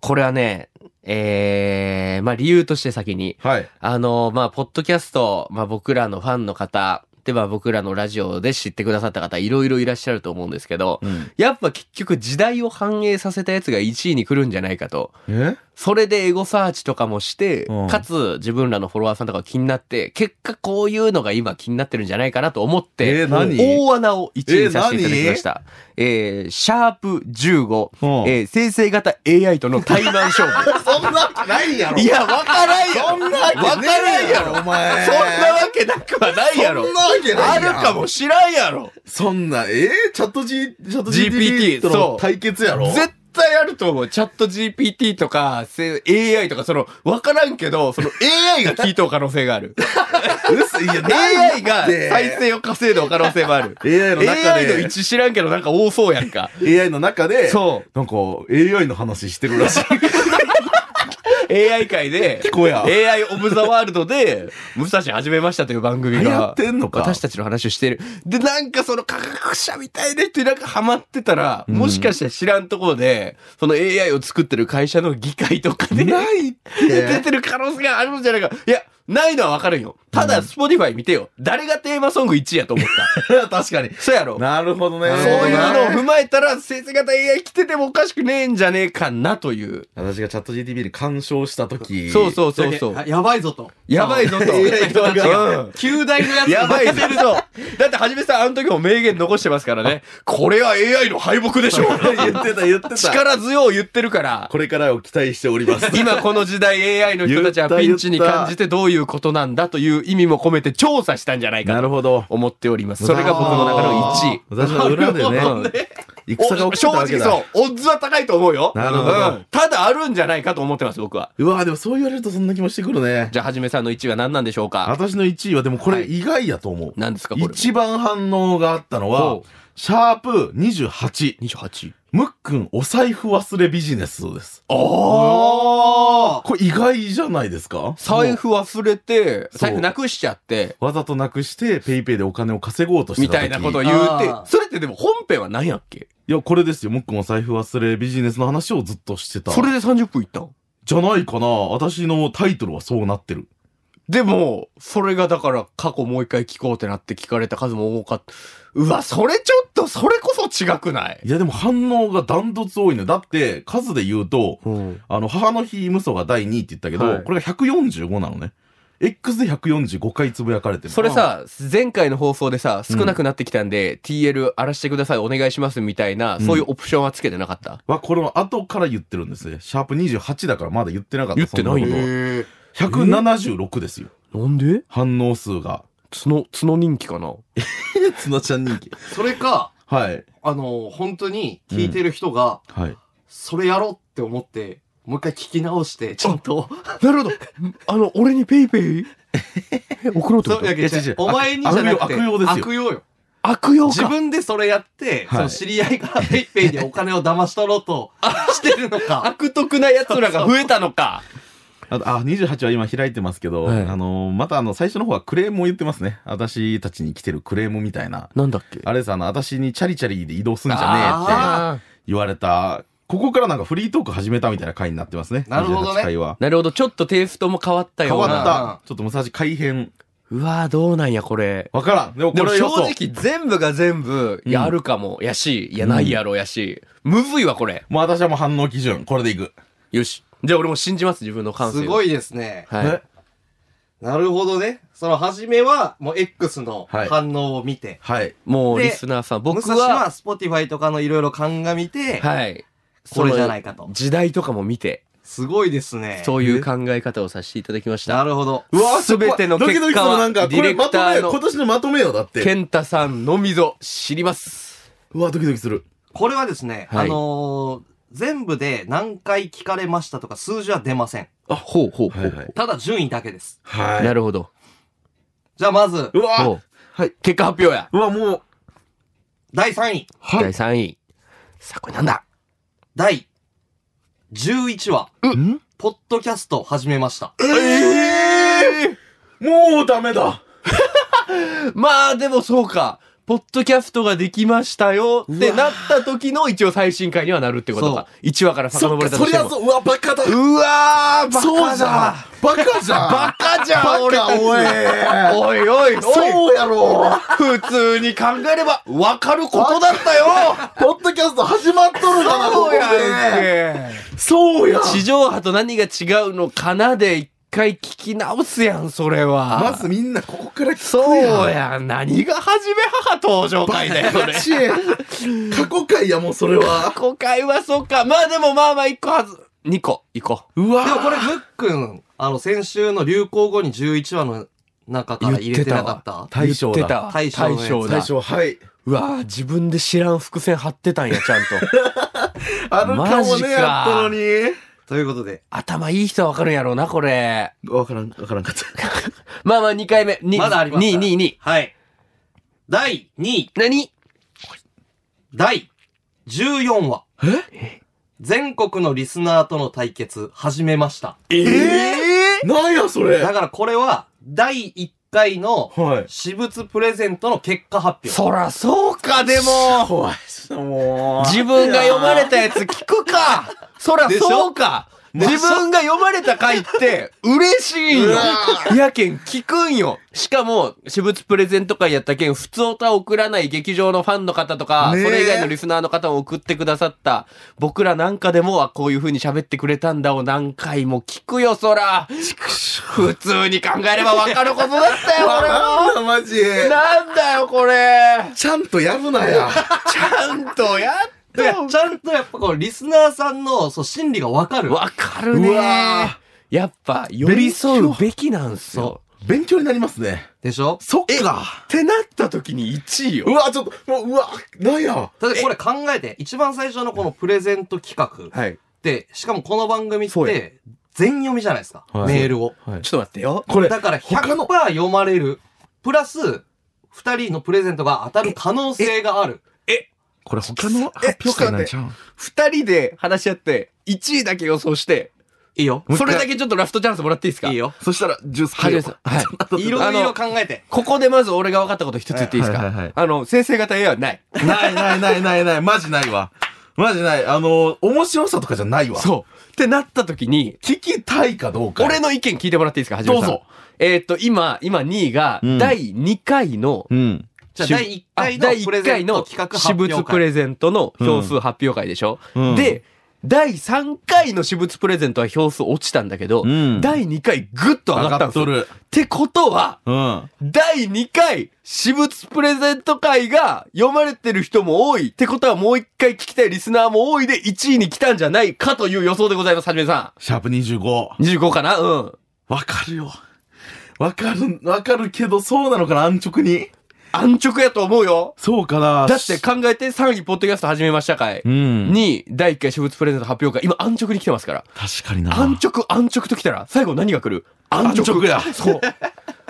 Speaker 4: これはねえーまあ理由として先に
Speaker 3: はい。
Speaker 4: あの、まあ、ポッドキャスト、まあ、僕らのファンの方、では僕らのラジオで知ってくださった方、いろいろいらっしゃると思うんですけど、
Speaker 3: うん
Speaker 4: やっぱ結局時代を反映させたやつが1位に来るんじゃないかと。
Speaker 3: え
Speaker 4: それでエゴサーチとかもして、
Speaker 3: うん
Speaker 4: かつ自分らのフォロワーさんとかが気になって、結果こういうのが今気になってるんじゃないかなと思って、
Speaker 3: えー何
Speaker 4: 大穴を1位にさせていただきました。えーシャープ15、
Speaker 3: うん
Speaker 4: えー生成型 AI との対マン勝負。
Speaker 3: そんなわけないやろ。
Speaker 4: *laughs* いや、わからんやろ
Speaker 3: そんなわけねえ
Speaker 4: わからんやろ
Speaker 3: お前
Speaker 4: そんなわけなくはないやろ
Speaker 3: そんなわけない
Speaker 4: あ
Speaker 3: や
Speaker 4: る
Speaker 3: ん
Speaker 4: かもしらんやろ
Speaker 3: そんな、えー、チャット G、チャット
Speaker 4: GPT
Speaker 3: GPT と
Speaker 4: そう
Speaker 3: の対決やろ
Speaker 4: 絶対あると思う。チャット GPT とか、せ AI とか、その、わからんけど、その AI が聞いとう可能性がある。
Speaker 3: 嘘いや、
Speaker 4: AI が再
Speaker 3: 再
Speaker 4: 生を稼いだ可能性もある。
Speaker 3: AI の中
Speaker 4: AI の
Speaker 3: で、
Speaker 4: 一知らんけど、なんか多そうやんか。
Speaker 3: AI の中で、
Speaker 4: そう。
Speaker 3: なんか AI の話してるらしい。
Speaker 4: AI 界で、
Speaker 3: 聞こや。
Speaker 4: AI オブザワールドで、武蔵始めましたという番組が。
Speaker 3: 何やってんのか
Speaker 4: 私たちの話をしてる。で、なんかその科学者みたいな人になんかハマってたら、もしかしたら知らんところで、その AI を作ってる会社の議会とかで、
Speaker 3: ないって
Speaker 4: 出てる可能性があるんじゃないか。いや、ないのはわかるよ。ただ、Spotify 見てよ。誰がテーマソング1位やと思った
Speaker 3: *laughs* 確かに。
Speaker 4: そうやろ。
Speaker 3: なるほどね。
Speaker 4: そういうのを踏まえたら、生成型 AI 来ててもおかしくねえんじゃねえかなという。
Speaker 3: 私がチャット GTP に干渉したとき。
Speaker 4: そうそうそうそう。
Speaker 5: あやばいぞと。
Speaker 4: やばいぞと。うん
Speaker 5: 旧大のやつ。
Speaker 4: やばいぞ。だってはじめさん、あの時も名言残してますからね。これは AI の敗北で
Speaker 3: *laughs*
Speaker 4: しょ。
Speaker 3: 言ってた言ってた。
Speaker 4: 力強う言ってるから。
Speaker 3: これからを期待しております。
Speaker 4: 今この時代 AI の人たちはピンチに感じてどういうことなんだという意味も込めて調査したんじゃないかと
Speaker 3: ほど。
Speaker 4: 思っております。それが僕の中の1位。
Speaker 3: 私は裏でね
Speaker 4: なるほどね、
Speaker 3: 戦が起きて
Speaker 4: 正
Speaker 3: たわけ
Speaker 4: 直
Speaker 3: だ
Speaker 4: そ。う、オッズは高いと思うよ。
Speaker 3: なるほど
Speaker 4: うんただあるんじゃないかと思ってます、僕は。
Speaker 3: うわでもそう言われるとそんな気もしてくるね。
Speaker 4: じゃあはじめさんの1位は何なんでしょうか
Speaker 3: 私の1位はでもこれ意外やと思う。
Speaker 4: 何ですか、これ。
Speaker 3: 一番反応があったのは
Speaker 4: ほう、
Speaker 3: シャープ28、
Speaker 4: 28。
Speaker 3: むっくんお財布忘れビジネスです。
Speaker 5: おー
Speaker 3: これ意外じゃないですか
Speaker 4: 財布忘れて、
Speaker 3: う
Speaker 4: 財布なくしちゃって、
Speaker 3: わざとなくして、ペイペイでお金を稼ごうとして
Speaker 4: み
Speaker 3: た時
Speaker 4: たいなことを言うて
Speaker 5: あ、ー
Speaker 4: それってでも本編は何やっけ
Speaker 3: いや、これですよ。ムックも財布忘れビジネスの話をずっとしてた。
Speaker 4: それで30分いったん
Speaker 3: じゃないかな私のタイトルはそうなってる。
Speaker 4: でも、それがだから過去もう一回聞こうってなって聞かれた数も多かった。うわ、それちょっと、それこそ違くない
Speaker 3: いや、でも反応がダントツ多いね。だって、数で言うと、
Speaker 4: うん。
Speaker 3: あの、母の日無双が第2位って言ったけど、
Speaker 4: はい
Speaker 3: これが145なのね。X で145回つぶやかれてる。
Speaker 4: それさ、前回の放送でさ、少なくなってきたんで、TL 荒らしてください、お願いしますみたいな、そういうオプションはつけてなかった。
Speaker 3: は、これは後から言ってるんですね。シャープ28だからまだ言ってなかった。
Speaker 4: 言ってないよ
Speaker 3: そんことは
Speaker 5: へー
Speaker 3: 176ですよ。
Speaker 4: なんで
Speaker 3: 反応数が。
Speaker 4: 角、角人気かな
Speaker 3: つのちゃん人気。
Speaker 5: それか、
Speaker 3: はい。
Speaker 5: あの、本当に聞いてる人が、
Speaker 3: はい。
Speaker 5: それやろうって思って、もう一回聞き直して、ちゃんと、
Speaker 4: なるほど。あの、俺にペイペイ送ろう
Speaker 5: そういやいや
Speaker 3: いや違う違う
Speaker 5: お前にじゃなくて、
Speaker 3: 悪用悪用ですよ
Speaker 5: 悪用よ。
Speaker 4: 悪用
Speaker 5: 自
Speaker 4: か。
Speaker 5: 分でそれやっ
Speaker 3: は
Speaker 5: て、
Speaker 3: い
Speaker 5: その知り合いからペイペイでお金を騙し取ろうとしてるの
Speaker 4: *laughs*
Speaker 5: か。
Speaker 4: 悪徳な奴らが増えたのか。
Speaker 3: あと、あ、28は今開いてますけど、
Speaker 4: はい
Speaker 3: あのー、またあの、最初の方はクレームを言ってますね。私たちに来てるクレームみたいな。
Speaker 4: なんだっけ
Speaker 3: あれさ、あの、私にチャリチャリで移動すんじゃねえって
Speaker 4: あー
Speaker 3: 言われた、ここからなんかフリートーク始めたみたいな回になってますね。
Speaker 5: なるほどね
Speaker 3: 28回は。
Speaker 4: なるほど、ちょっとテイストも変わったよ
Speaker 3: 変
Speaker 4: うな。
Speaker 3: わっ
Speaker 5: うん
Speaker 3: た。ちょっと武蔵改変。
Speaker 4: うわーどうなんや、これ。
Speaker 3: わからん。でもこ
Speaker 4: でも
Speaker 3: れ
Speaker 4: 正
Speaker 3: 予想。
Speaker 4: 直全部が全部、いや
Speaker 3: うん
Speaker 4: るかも、やし、いやないやろ、やし、むずいわ、これ。
Speaker 3: もう私はもう反応基準。これでいく。
Speaker 4: よし。じゃあ俺も信じます、自分の感性。
Speaker 5: すご
Speaker 4: い。
Speaker 5: いですね。
Speaker 4: はい。
Speaker 3: え
Speaker 5: なるほどね。その初めは、もう X の
Speaker 3: はい
Speaker 5: 反応を見て、
Speaker 3: はい。
Speaker 4: もう、
Speaker 5: で
Speaker 4: リスナーさん、僕
Speaker 5: 武蔵は
Speaker 4: は、
Speaker 5: Spotify とかのいろいろ鑑みて、
Speaker 4: はい。
Speaker 5: これじゃないか
Speaker 4: そ
Speaker 5: と
Speaker 4: の。時代とかも見て、
Speaker 5: すごいですね。
Speaker 4: そういう考え方をさせていただきました。
Speaker 5: なるほど。
Speaker 3: うわす
Speaker 4: 全ての
Speaker 3: ドキド
Speaker 4: 結
Speaker 3: キす
Speaker 4: 果
Speaker 3: る
Speaker 4: は
Speaker 3: なんか、これまと
Speaker 4: ディレクター
Speaker 3: め、
Speaker 4: の
Speaker 3: 今年のまとめよ、だって。
Speaker 4: 健太さんのみぞ知ります。
Speaker 3: うわドキドキする。
Speaker 5: これはですね、
Speaker 4: はい
Speaker 5: あのー全部で何回聞かれましたとか数字は出ません。
Speaker 4: あ、ほうほうほう。
Speaker 3: はいはい。
Speaker 5: ただ順位だけです。
Speaker 3: はい。
Speaker 4: なるほど。
Speaker 5: じゃあまず
Speaker 3: う、
Speaker 4: ほ
Speaker 3: わ
Speaker 4: う結果発表や。
Speaker 3: うわもう、
Speaker 5: 第3位、
Speaker 3: はい
Speaker 4: 第3位。さあ、これなんだ
Speaker 5: 第11話、
Speaker 3: ん
Speaker 5: ポッドキャスト始めました。
Speaker 3: ええもうダメだ。
Speaker 4: まあ、でもそうか。ポッドキャストができましたよってなった時の一応最新回にはなるってことか。1話から
Speaker 3: そ
Speaker 4: 遡
Speaker 3: っか、
Speaker 4: れた
Speaker 3: そ
Speaker 4: とし
Speaker 3: り
Speaker 4: て
Speaker 3: ゃ
Speaker 4: も。
Speaker 3: そう、うわ、バカだ。
Speaker 4: うわー、バ
Speaker 3: そ
Speaker 4: カ
Speaker 3: うじゃん
Speaker 4: だ。。
Speaker 3: バカじゃん。
Speaker 4: バカじゃん、
Speaker 3: バ
Speaker 4: 俺た
Speaker 3: カ、
Speaker 4: ち。
Speaker 3: おい。
Speaker 4: おいおいおい。
Speaker 3: そうやろ。
Speaker 4: 普通に考えればわかることだったよ
Speaker 3: ポッドキャスト始まっとるから、こ
Speaker 4: そ
Speaker 3: こ
Speaker 4: う
Speaker 3: で。
Speaker 4: やんけ
Speaker 3: そうやん。
Speaker 4: 地上波と何が違うのかなで一回聞き直すやん、それは。
Speaker 3: まずみんなここから聞くやん
Speaker 4: そうやん、何が初め母登場
Speaker 3: バ
Speaker 4: 会だよ、そ
Speaker 3: カ
Speaker 4: れ。
Speaker 3: 知恵。過去回や、もうそれは。
Speaker 4: 今回はそっか。まあでもまあまあ一個はず、二個、行こう。
Speaker 3: う
Speaker 5: でもこ
Speaker 3: わ
Speaker 5: れ、むっくん、あの、先週の流行語に11話の中から入れてなかった
Speaker 3: 大将
Speaker 4: 言って
Speaker 3: だ。
Speaker 4: たわ。
Speaker 5: 大将のやつ
Speaker 4: だ
Speaker 3: 大。将、はい。
Speaker 4: うわぁ、自分で知らん伏線張ってたんや、ちゃんと。
Speaker 3: あるか
Speaker 4: マ
Speaker 3: も
Speaker 4: ジか
Speaker 3: ね、やったのに。
Speaker 5: ということで、
Speaker 4: 頭いい人はわかるんやろうな、これ。
Speaker 3: わからん、わからんかった。
Speaker 4: まあまあ二回目。に
Speaker 5: まだあります
Speaker 4: 二二二
Speaker 5: はい。第2位、
Speaker 4: 何
Speaker 5: 第14話。全国のリスナーとの対決始めました。
Speaker 4: ええ
Speaker 3: なんや、それ。
Speaker 5: だからこれは、第1回の
Speaker 3: はい。
Speaker 5: 私物プレゼントの結果発表。
Speaker 4: そらそうか、でも。
Speaker 3: 怖い。もう。
Speaker 4: 自分が読まれたやつ聞くか。そらそうか。自分が読まれた回って嬉しいよ。やけん聞くんよ。しかも、私物プレゼント会やったけん、普通歌を送らない劇場のファンの方とか、
Speaker 3: ねえ
Speaker 4: それ以外のリスナーの方も送ってくださった、僕らなんかでも、あ、こういう風に喋ってくれたんだを何回も聞くよ、そら。普通に考えればわかることだったよ、俺
Speaker 3: な
Speaker 4: も。
Speaker 3: んだ、マジ。
Speaker 4: なんだよ、これ。
Speaker 3: ちゃんとやるなや。
Speaker 4: ちゃんとやっ
Speaker 5: いやちゃんとやっぱこう、リスナーさんの、そう、心理がわかる。
Speaker 4: わかるね
Speaker 3: うわ
Speaker 4: やっぱ寄り添うべきなんすよ
Speaker 3: 勉強になりますね。
Speaker 5: でしょ
Speaker 3: そっか。
Speaker 4: ってなった時に1位
Speaker 3: うわ、ちょっと、もう、うわ、なんや。
Speaker 5: だってこれ考えて、一番最初のこのプレゼント企画
Speaker 4: はい
Speaker 5: で、しかもこの番組っ
Speaker 4: そうや
Speaker 5: て、全読みじゃないですか。
Speaker 3: はい
Speaker 5: メールを。
Speaker 4: ちょっと待ってよ
Speaker 3: これ、
Speaker 5: だから
Speaker 3: 他
Speaker 5: 100%
Speaker 3: の、
Speaker 5: 読まれる。プラス、二人のプレゼントが当たる可能性がある。
Speaker 3: これ他の発表会なんちゃうん
Speaker 4: 2人で話し合って1位だけ予想して
Speaker 5: いいよ。
Speaker 3: もう一回
Speaker 4: それだけちょっとラストチャンスもらっていいですか
Speaker 5: いいよ。
Speaker 3: そしたら、ジュース
Speaker 4: は
Speaker 3: 買
Speaker 4: じ
Speaker 3: え
Speaker 4: め
Speaker 3: よ
Speaker 4: さん *laughs* はい
Speaker 5: いろいろ考えて。
Speaker 4: ここでまず俺が分かったこと一つ言っていいです
Speaker 3: はいはいはいは
Speaker 4: か
Speaker 3: い
Speaker 4: あの先生方 A はない
Speaker 3: ないないないないない、マジないわ。マジない。あの、面白さとかじゃないわ。
Speaker 4: そうってなった時に
Speaker 3: 聞きたいかどうか。
Speaker 4: 俺、の意見聞いてもらっていいですかはじめさん
Speaker 3: どうぞ
Speaker 4: えーっと今今2位が
Speaker 3: うん
Speaker 4: 第2回の
Speaker 3: うん。
Speaker 5: じゃあ
Speaker 4: し
Speaker 5: 第1回
Speaker 4: あ
Speaker 5: の
Speaker 4: 第
Speaker 5: プレ
Speaker 4: 一
Speaker 5: ゼ
Speaker 4: 回
Speaker 5: ント
Speaker 4: の
Speaker 5: 企画
Speaker 4: 私
Speaker 5: 発表会。
Speaker 4: 物プレゼントの票数発表会でしょ、
Speaker 3: うん
Speaker 4: で、第3回の私物プレゼントは票数落ちたんだけど、
Speaker 3: うん
Speaker 4: 第2回ぐっと上がったんですよ。
Speaker 3: 上がっとる
Speaker 4: ってことは、
Speaker 3: うん。
Speaker 4: 第2回私物プレゼント会が読まれてる人も多い。ってことはもう1回聞きたいリスナーも多いで1位に来たんじゃないかという予想でございます、はじめさ
Speaker 3: シャープ25。
Speaker 4: ん。25かなうん。
Speaker 3: わかるよ。わかる、わかるけど、そうなのかな、安直に。
Speaker 4: 安直やと思うよ。
Speaker 3: そうかな。
Speaker 4: だって考えて3位ポッドキャスト始めました会。
Speaker 3: うん。
Speaker 4: に第1回私物プレゼント発表会、今安直に来てますから。
Speaker 3: 確かにな。
Speaker 4: 安直、安直と来たら、最後何が来る安直。
Speaker 3: 安直や
Speaker 4: そう。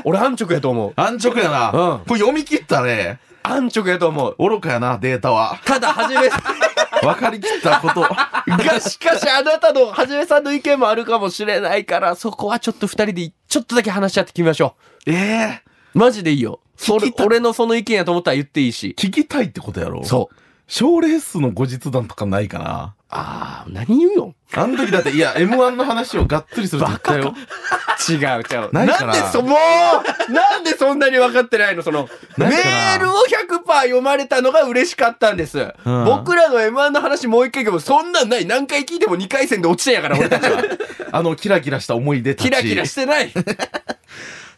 Speaker 4: 俺安直やと思う。
Speaker 3: 安直やな。
Speaker 4: うん
Speaker 3: これ読み切ったね。
Speaker 4: 安直やと思う。
Speaker 3: 愚かやな、データは。
Speaker 4: ただ、はじめさ
Speaker 3: *laughs* 分かりきったこと。
Speaker 4: *laughs* んが、しかしあなたの、はじめさんの意見もあるかもしれないから、そこはちょっと二人で、ちょっとだけ話し合って決めましょ
Speaker 3: ええ
Speaker 4: う。マジでいいよ。それ
Speaker 3: 聞き、た
Speaker 4: 俺のその意見やと思ったら言っていいし。
Speaker 3: 聞きたいってことやろう。
Speaker 4: そう。
Speaker 3: 賞レースの後日談とかないかな。
Speaker 4: あー、何言うよ。
Speaker 3: あの時だって、いや、M1 の話をがっつりするって言ったよ。
Speaker 4: 違う違う。
Speaker 3: ないか
Speaker 4: なで
Speaker 3: なん
Speaker 4: そ、もうなんでそんなに分かってないのその、メ
Speaker 3: ないかな
Speaker 4: ールを100%読まれたのが嬉しかったんです。
Speaker 3: うん
Speaker 4: 僕らの M1 の話もう一回聞けば、そんなんない。何回聞いても2回戦で落ちたんやから、俺たち
Speaker 3: *laughs*
Speaker 4: は。
Speaker 3: あの、キラキラした思い出たち。
Speaker 4: キラキラしてない。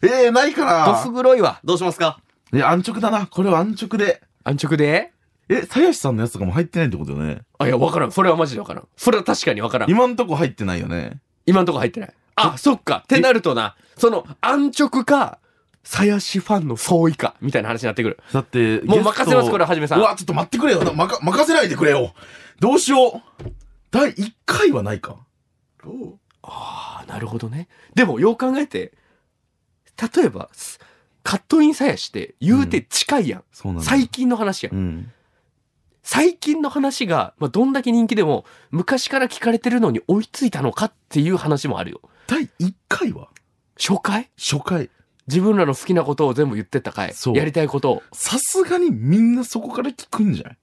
Speaker 3: ええないか
Speaker 4: どす
Speaker 3: な。
Speaker 4: 黒いわ。
Speaker 5: どうしますか
Speaker 3: いや、安直だな。これは安直で。
Speaker 4: 安直で
Speaker 3: え、さやしさんのやつとかも入ってないってことよね。
Speaker 4: あ、いや、わからん。それはマジでわからん。それは確かにわからん。
Speaker 3: 今んとこ入ってないよね。
Speaker 4: 今んとこ入ってない。あ、そっか。ってなるとな、その、安直か、さやしファンの相違か、みたいな話になってくる。
Speaker 3: だって、
Speaker 4: もう任せます
Speaker 3: ゲストを
Speaker 4: これはじめさん
Speaker 3: うわ、ちょっと待ってくれよ。まか任せないでくれよ。どうしよう。第1回はないか。
Speaker 4: あ、なるほどね。でも、よう考えて、例えば、すカットインさやしって、言うて近いやん。
Speaker 3: そうなんだ。
Speaker 4: 最近の話やん
Speaker 3: う。ん。
Speaker 4: 最近の話が、まあ、どんだけ人気でも、昔から聞かれてるのに追いついたのかっていう話もあるよ。
Speaker 3: 第1回は
Speaker 4: 初回
Speaker 3: 初回。
Speaker 4: 自分らの好きなことを全部言ってった回
Speaker 3: そう
Speaker 4: やりたいことを。
Speaker 3: さすがにみんなそこから聞くんじゃない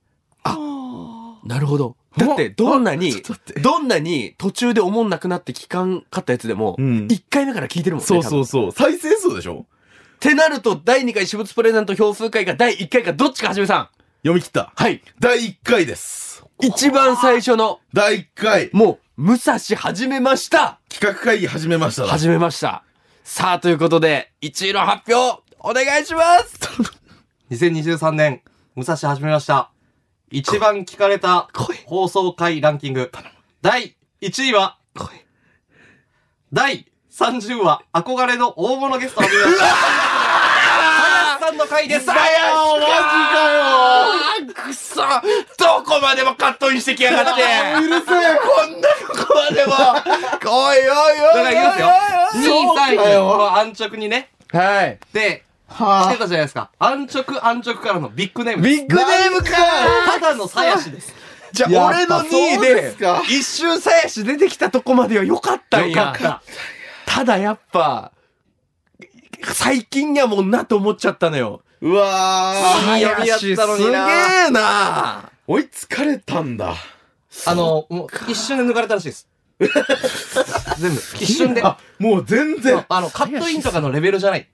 Speaker 4: なるほど。だって、どんな
Speaker 3: あちょ
Speaker 4: に
Speaker 3: っ、と待って
Speaker 4: どんなに途中で思んなくなって聞かんかったやつでも、
Speaker 3: うん
Speaker 4: 1回目から聞いてるもんね。。
Speaker 3: そうそううそう。再生数でしょ
Speaker 4: ってなると、第2回私物プレゼント票数回か第1回かどっちかはじめさん。
Speaker 3: 読み切った。
Speaker 4: はい。
Speaker 3: 第1回です。
Speaker 4: 一番最初の、
Speaker 3: 第1回、
Speaker 4: もう、武蔵始めました
Speaker 3: 企画会議始めましただ。
Speaker 4: 始めました。さあ、ということで、1位の発表、お願いします
Speaker 5: 2023年、武蔵始めました。一番聞かれた放送回ランキング。第1位は、第30話、憧れの大物ゲストを呼びました。林さんの回です。
Speaker 4: マジかよくそどこまでもカットインしてきやがって許せこんなとこま *laughs* でもおいおいおいおいおい
Speaker 5: だからいきますよ。2位、3位は安直にね。
Speaker 4: はい。
Speaker 5: で、来てたじゃないですか。安直安直からのビッグネームです。
Speaker 4: ビッグネームか
Speaker 5: ただのさやしです。
Speaker 4: じゃ
Speaker 3: や
Speaker 4: あ
Speaker 3: っぱ
Speaker 4: 俺の2位
Speaker 3: そうで
Speaker 4: です
Speaker 3: か、
Speaker 4: 一瞬さやし出てきたとこまでは良かったん
Speaker 5: よか
Speaker 4: や
Speaker 5: っ。た。
Speaker 4: ただやっぱ、最近やもんなと思っちゃったのよ。
Speaker 3: うわ
Speaker 5: いい読みやったのにな
Speaker 4: さやしすげえな
Speaker 3: ー。追いつかれたんだ。
Speaker 5: あの、もう一瞬で抜かれたらしいです。全部。一瞬で。
Speaker 3: あ、もう全然。
Speaker 5: あの、カットインとかのレベルじゃない。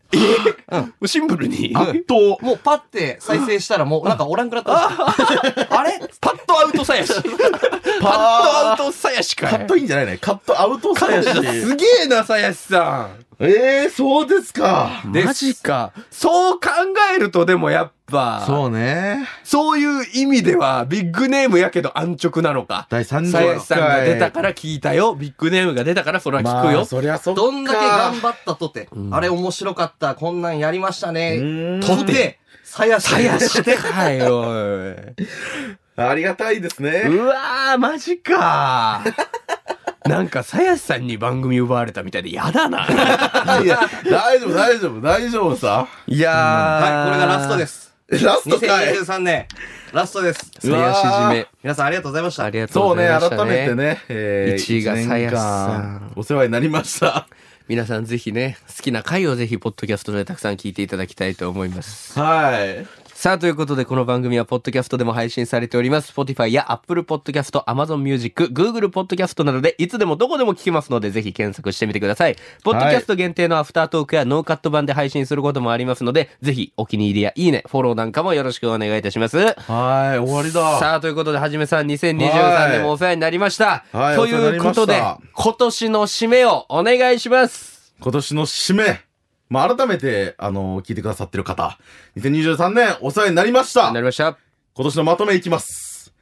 Speaker 4: シンプルに。 *laughs*
Speaker 3: 圧倒。
Speaker 5: もうパッて再生したらもうなんかおらんくなったんですよあれ
Speaker 4: パッとアウトさやし。パッとアウトさやしかい
Speaker 3: カットインじゃないね。カットアウトさやし。
Speaker 4: すげえな、さやしさ
Speaker 3: ええー、そうですか。
Speaker 4: ん。マジか。そう考えると、でもやっぱ、そう
Speaker 3: ね。
Speaker 4: いう意味では、ビッグネームやけど安直なのか。
Speaker 3: 第30回。
Speaker 4: さやしさんが出たから聞いたよ。ビッグネームが出たから、それは聞くよ。
Speaker 3: まあそりゃそっか。
Speaker 5: どんだけ頑張ったとて、あれ面白かった、こんなんやりました
Speaker 3: う
Speaker 5: ね
Speaker 3: ん。
Speaker 5: とて、さやし。
Speaker 4: さやしでかよ、おい。
Speaker 3: ありがたいですね。
Speaker 4: うわー、マジ *laughs* か。なんか、さやしさんに番組奪われたみたいで、やだな。
Speaker 3: いや、大丈夫、大丈夫、大丈夫さ。
Speaker 4: いやー。。
Speaker 5: はい、これがラストですす。
Speaker 3: えラストかい。
Speaker 5: 2023年、ラストです。
Speaker 4: さやし締め。
Speaker 5: 皆さんありがとうございました。
Speaker 4: ありがとう
Speaker 3: そ
Speaker 4: ご
Speaker 3: うね
Speaker 4: ざいました、ね。
Speaker 3: 改めて。ね、え
Speaker 4: 一位が
Speaker 3: 一年間
Speaker 4: さやしさん
Speaker 3: お世話になりました。 *laughs*
Speaker 4: 皆さんぜひね、好きな回をぜひ、ポッドキャストでたくさん聞いていただきたいと思います。
Speaker 3: はい。
Speaker 4: さあ、ということで、この番組は、ポッドキャストでも配信されております。Spotify や Apple Podcast、Amazon Music、Google Podcast などで、いつでもどこでも聞けますので、ぜひ検索してみてください。ポッドキャスト限定のアフタートークやノーカット版で配信することもありますので、ぜひ、お気に入りやいいね、フォローなんかもよろしくお願いいたします。
Speaker 3: はい、終わりだ。
Speaker 4: さあ、ということで、はじめさん、
Speaker 3: は
Speaker 4: 2023
Speaker 3: い
Speaker 4: 年もお世話になりました。
Speaker 3: はい
Speaker 4: ということ
Speaker 3: お
Speaker 4: で
Speaker 3: 世話になりま、
Speaker 4: 今年の締めをお願いします。
Speaker 3: 今年の締め、まあ、改めて、あの、聞いてくださってる方、2023年お世話になりました。
Speaker 4: なりました。
Speaker 3: 今年のまとめいきます。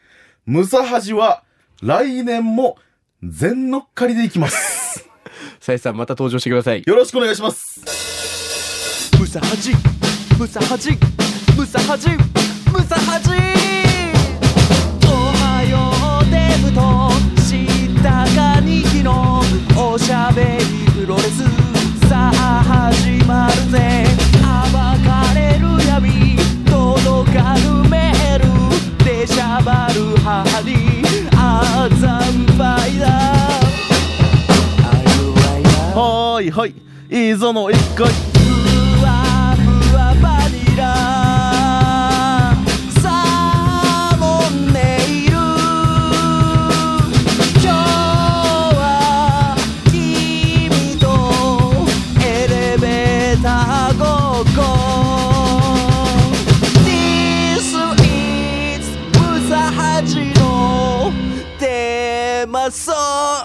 Speaker 3: ムサハジは、来年も、全乗っかりでいきます。
Speaker 4: さやしさん、また登場してください。
Speaker 3: よろしくお願いします。
Speaker 1: ムサハジムサハジムサハジムサハジおはようデブとしたかにきのおしゃべりプロレスさあ始まるぜ暴かれる闇届かぬメールでしゃばる母にあざんぱいだあるわいだ
Speaker 3: はーい、はい。いいぞの一回。
Speaker 1: ふわふわバニラサーモンネイル今日は君とエレベーターごっこ This is ムサハジのテーマソ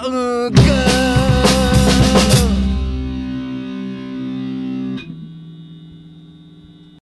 Speaker 1: ング